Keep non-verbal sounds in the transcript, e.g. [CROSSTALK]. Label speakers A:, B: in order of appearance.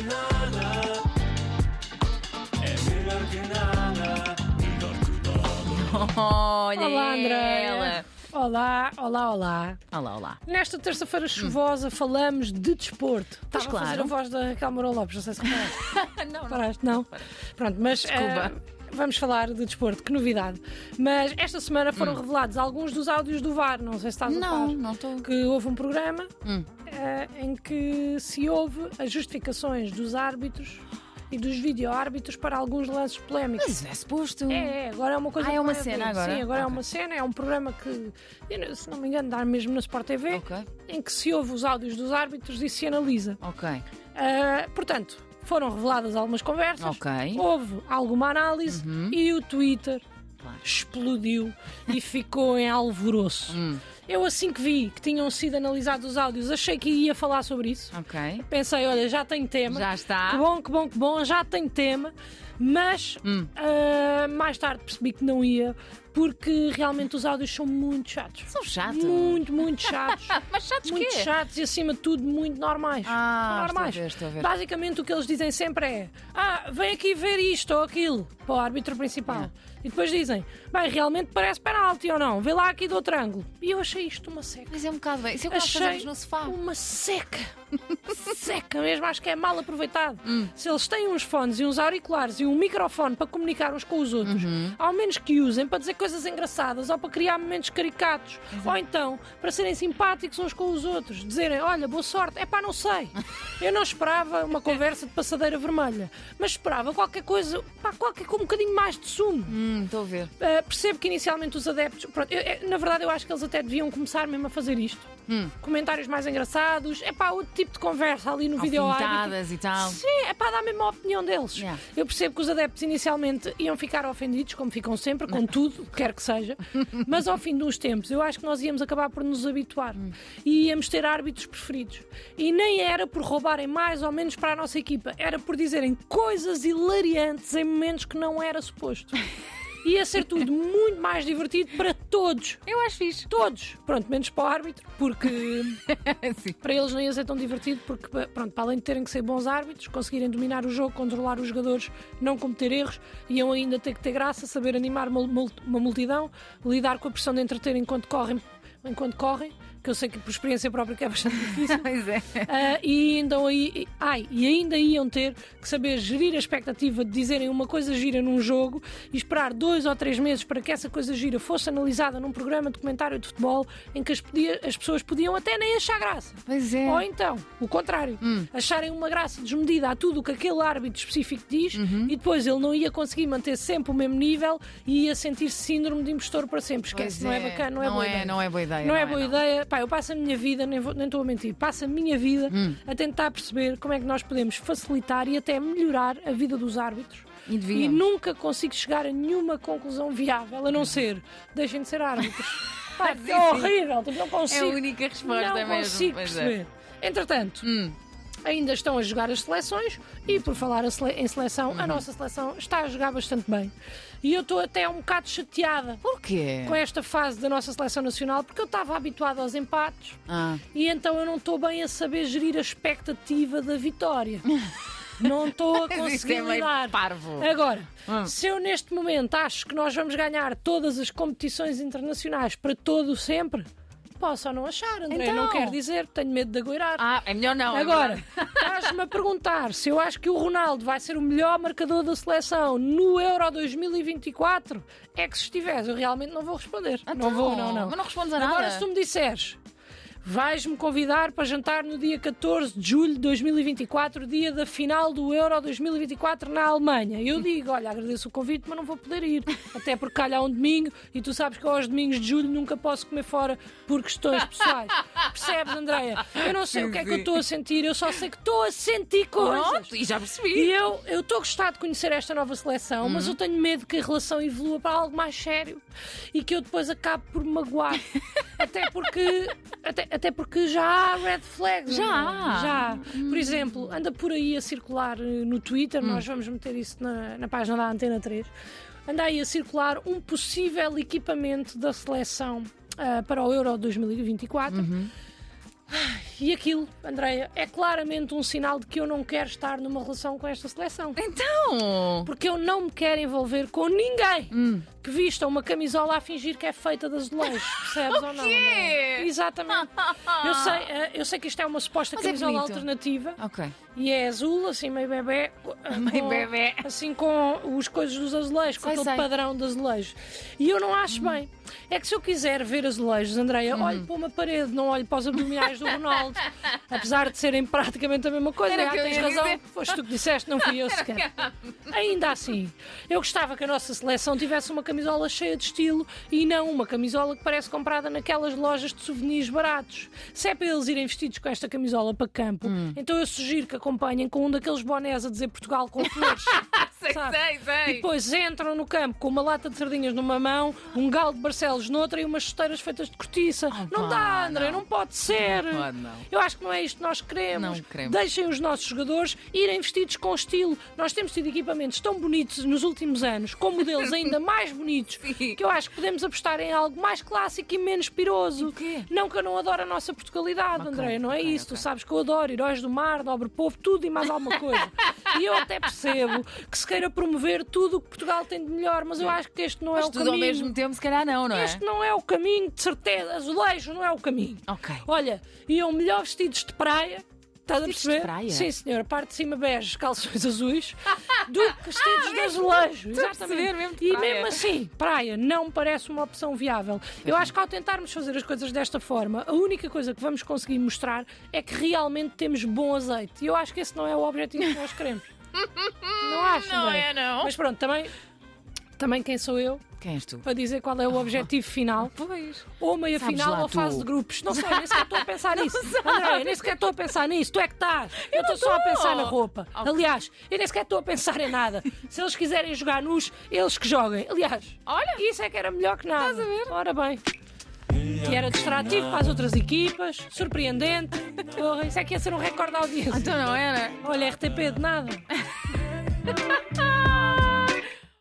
A: nada. É melhor que nada. Melhor que nada.
B: Olha
C: Olá, Andréia.
B: ela.
C: Olá, olá, olá.
B: Olá, olá.
C: Nesta terça-feira chuvosa falamos de desporto.
B: Pois
C: Estava
B: claro.
C: a fazer a voz da Raquel Mourão Lopes, não sei se
B: [LAUGHS]
C: reparaste.
B: não,
C: Reparaste, não? Pronto, mas.
B: Desculpa.
C: eh, Vamos falar de desporto, que novidade. Mas esta semana foram revelados alguns dos áudios do VAR, não sei se estás a
B: Hum. Não,
C: par.
B: não estou.
C: Que houve um programa
B: Hum.
C: eh, em que se houve as justificações dos árbitros e dos videoárbitros para alguns lances polémicos.
B: Mas é suposto.
C: É, é, agora é uma coisa
B: Ah, é
C: que
B: uma
C: vai
B: cena
C: abrir.
B: agora?
C: Sim, agora é
B: Ok.
C: uma cena, é um programa que, eu não- se não me engano, dá mesmo na Sport TV,
B: é. Ok,
C: em que se ouve os áudios dos árbitros e se analisa.
B: ok,
C: Ah, portanto, foram reveladas algumas conversas,
B: ok. Uhum.
C: houve alguma análise e o Twitter
B: Claro.
C: explodiu e ficou em alvoroço.
B: Hum,
C: Eu, assim que vi que tinham sido analisados os áudios, achei que ia falar sobre isso.
B: ok.
C: Pensei, olha, já tem tema.
B: Ah. Já
C: Que
B: está.
C: bom, que bom, que bom, já tem tema, mas
B: Hum.
C: ah, mais tarde percebi que não ia, porque realmente os áudios são muito chatos.
B: São chatos.
C: Muito, muito chatos.
B: [LAUGHS] Mas chatos
C: muito
B: quê?
C: chatos e acima de tudo muito normais.
B: Ah, estou a
C: normais.
B: ver, estou a ver.
C: Basicamente o que eles dizem sempre é: Ah, vem aqui ver isto ou aquilo para o árbitro principal.
B: É.
C: E depois dizem: Bem, realmente parece penalti ou não? Vê lá aqui do outro ângulo. E eu achei isto uma seca.
B: Mas é um bocado bem. Isso é o que nós
C: Achei
B: fazemos no sofá.
C: uma seca. [LAUGHS] seca mesmo, acho que é mal aproveitado.
B: Hum.
C: Se eles têm uns fones e uns auriculares e um microfone para comunicar uns com os outros,
B: Uhum.
C: ao menos que usem para dizer coisas engraçadas ou para criar momentos caricatos, ou então para serem simpáticos uns com os outros, dizerem: Olha, boa sorte, é pá,
B: [LAUGHS]
C: não sei. Eu não esperava uma conversa de passadeira vermelha, mas esperava qualquer coisa, pá, qualquer com um bocadinho mais de sumo.
B: Hum, estou a ver.
C: Uh, percebo que inicialmente os adeptos. pronto, eu- eu- na verdade, eu acho que eles até deviam começar mesmo a fazer isto. Comentários mais engraçados, é pá, outro tipo de conversa ali no vídeo
B: Alfinetadas e
C: [LAUGHS]
B: tal.
C: Sim, é para dar mesmo a opinião deles.
B: Yeah.
C: Eu percebo que os adeptos inicialmente iam ficar ofendidos, como ficam sempre, com tudo, quer que seja, mas ao fim de uns tempos eu acho que nós íamos acabar por nos habituar e íamos ter árbitros preferidos. E nem era por roubarem mais ou menos para a nossa equipa, era por dizerem coisas hilariantes em momentos que não era suposto. Ia ser tudo muito mais divertido para todos.
B: Eu acho [LAUGHS] fixe.
C: Todos. Pronto, menos para o árbitro, porque
B: Sim.
C: para eles não ia ser tão divertido porque, pa- pronto, para além de terem que ser bons árbitros, conseguirem dominar o jogo, controlar os jogadores, não cometer erros, iam ainda ter que ter graça, saber animar uma, mul- uma multidão, lidar com a pressão de entreter enquanto correm, enquanto correm, que eu sei que por experiência própria que é bastante [LAUGHS] difícil.
B: Pois é.
C: Ah, e, ainda, aí- ai, e ainda iam ter que saber gerir a expectativa de dizerem uma coisa gira num jogo e esperar dois ou três meses para que essa coisa gira fosse analisada num programa de comentário de futebol em que as, podia- as pessoas podiam até nem achar graça.
B: Pois é. Hum.
C: Ou então, o contrário, acharem uma graça desmedida a tudo o que aquele árbitro específico diz
B: Uhum.
C: e depois ele não ia conseguir manter sempre o mesmo nível e ia sentir-se síndrome de impostor para sempre. Esquece,
B: Pois
C: não é bacana, não é
B: não
C: boa
B: é,
C: ideia.
B: Não é boa ideia.
C: Não é boa ideia. Pá, eu passo a minha vida, nem vou- nem estou a mentir, passo a minha vida
B: Hum.
C: a tentar perceber como é que nós podemos facilitar e até melhorar a vida dos árbitros.
B: E É
C: E
B: devíamos.
C: nunca consigo chegar a nenhuma conclusão viável, a não ser deixem de ser árbitros.
B: [LAUGHS]
C: Pá,
B: Uhum. Sim,
C: é
B: sim.
C: horrível, tipo, não
B: É a
C: consigo.
B: única resposta
C: não
B: mesmo.
C: consigo
B: pois é. Hum.
C: perceber. Entretanto, ainda estão a jogar as seleções e, por falar a sele- em seleção,
B: Uhum.
C: a nossa seleção está a jogar bastante bem. E eu estou até um bocado chateada
B: Porquê?
C: com esta fase da nossa seleção nacional porque eu estava habituada aos empates
B: Ah,
C: e então eu não estou bem a saber gerir a expectativa da vitória.
B: [LAUGHS]
C: Não estou a
B: Mas isso
C: conseguir
B: é meio
C: lidar.
B: parvo.
C: Agora,
B: Hum.
C: se eu neste momento acho que nós vamos ganhar todas as competições internacionais para todo o sempre, posso ou não achar, André.
B: Então.
C: Não quero dizer, tenho medo de agoirar.
B: ah é melhor não. é
C: Agora,
B: verdade. [LAUGHS]
C: estás-me a perguntar se eu acho que o Ronaldo vai ser o melhor marcador da seleção no Euro 2024? É que se estivesse, eu realmente não vou responder.
B: Então,
C: Ah, não vou, não, não.
B: Mas não respondes a nada.
C: Agora, se tu me disseres, vais-me convidar para jantar no dia 14 de julho de 2024, dia da final do Euro 2024 na Alemanha. Eu digo, olha, agradeço o convite, mas não vou poder ir. Até porque calha um domingo e tu sabes que eu aos domingos de julho nunca posso comer fora por questões
B: [LAUGHS]
C: pessoais. Percebes, Andreia? Eu não sei o que é que eu estou a sentir, eu só sei que estou a sentir coisas.
B: Pronto, e Uhum. já percebi.
C: E eu eu estou a gostar de conhecer esta nova seleção, mas eu tenho medo que a relação evolua para algo mais sério e que eu depois acabe por
B: [LAUGHS]
C: me magoar. até porque até, até porque já há red flags.
B: Já
C: não é?
B: há. Hum.
C: Já. Por exemplo, anda por aí a circular eh, no Twitter, nós
B: Hum.
C: vamos meter isso na, na página da Antena 3. Anda aí a circular um possível eh,
B: Uhum.
C: equipamento da seleção ah, para o Euro 2024. Ai, E aquilo, Andreia, é claramente um sinal de que eu não quero estar numa relação com esta seleção.
B: Então.
C: Porque eu não me quero envolver com ninguém
B: Hum.
C: que vista uma camisola a fingir que é feita de azulejos, percebes ou não? Andreia? Exatamente. Eu sei, eh, eu sei que isto é uma suposta
B: Mas é
C: camisola
B: bonito.
C: alternativa
B: Ok.
C: e é azul, assim, meio bebê. co- eh,
B: [LAUGHS]
C: com-
B: bebê.
C: Assim com os coisas dos azulejos, com
B: Sei,
C: aquele
B: sei. Hum.
C: padrão de azulejos. E eu não acho bem. É que se eu quiser ver azulejos, Andreia, olho para uma parede, não olho para os abdominais do
B: [LAUGHS]
C: Ronaldo. Apesar de serem praticamente a mesma coisa,
B: Era o
C: já
B: que eu
C: tens
B: ia
C: razão.
B: dizer.
C: Foste tu que disseste, não fui eu [LAUGHS] sequer. Ainda assim, eu gostava que a nossa seleção tivesse uma camisola cheia de estilo e não uma camisola que parece comprada naquelas lojas de souvenirs baratos. Se é para eles irem vestidos com esta camisola para campo, então eu sugiro que acompanhem com um daqueles bonés a dizer Portugal com [LAUGHS] flores.
B: Sei,
C: Sabe? Tipo,
B: sei,
C: E
B: sei.
C: depois entram no campo com uma lata de sardinhas numa mão, um galo de Barcelos noutra e umas chuteiras feitas de cortiça. não
B: Ah, pá,
C: dá, André, não,
B: não.
C: pode ser.
B: Não pode, não.
C: Eu acho que não é isto que nós queremos.
B: Não queremos.
C: Deixem os nossos jogadores irem vestidos com estilo. Nós temos tido equipamentos tão bonitos nos últimos anos,
B: [LAUGHS]
C: com modelos ainda mais bonitos,
B: Sim.
C: que eu acho que podemos apostar em algo mais clássico e menos piroso.
B: O quê?
C: Não que eu não adoro a nossa Portugalidade,
B: Ok,
C: André, não é
B: ok,
C: isso.
B: ok.
C: Tu sabes que eu adoro Heróis do Mar, Dobre Povo, tudo e mais alguma coisa. e eu até percebo que se queira promover tudo o que Portugal tem de melhor, mas eu acho que este não é
B: Mas
C: o
B: tudo ao
C: caminho.
B: mesmo tempo, se calhar não, não é?
C: Este não é o caminho, de certeza. Azulejo não é o caminho.
B: Ok.
C: Olha, iam melhor vestidos de praia. Estás
B: Vestidos
C: a
B: de
C: perceber?
B: praia?
C: Sim, senhora. Parte de cima bege, calções [LAUGHS] azuis, do
B: [LAUGHS]
C: que vestidos de azulejo.
B: estou a perceber, mesmo de
C: e
B: praia.
C: mesmo assim, praia não me parece uma opção viável. Eu acho que ao tentarmos fazer as coisas desta forma, a única coisa que vamos conseguir mostrar é que realmente temos bom azeite. E eu acho que esse não é o objetivo que
B: [LAUGHS]
C: nós queremos. não acho,
B: Não
C: André.
B: é, não.
C: Mas pronto, também, também quem sou eu
B: Quem és tu?
C: para dizer qual é o objetivo final?
B: Pois.
C: Ou meia
B: Sabes
C: final
B: lá
C: ou
B: tu.
C: fase de grupos. Não sei, nem sequer estou a
B: [LAUGHS]
C: pensar nisso.
B: sabes.
C: André, nem sequer estou a pensar nisso. Tu é que estás. Eu estou só a
B: estou.
C: pensar na roupa.
B: Ok.
C: Aliás, eu nem sequer estou a pensar em nada. Se eles quiserem jogar nus, eles que joguem. Aliás,
B: Olha.
C: isso é que era melhor que nada.
B: Estás a ver?
C: Ora bem. Que era distrativo para as outras equipas, surpreendente. Porra, isso é que ia ser um recorde de audiência.
B: Então não era?
C: Olha, RTP de nada.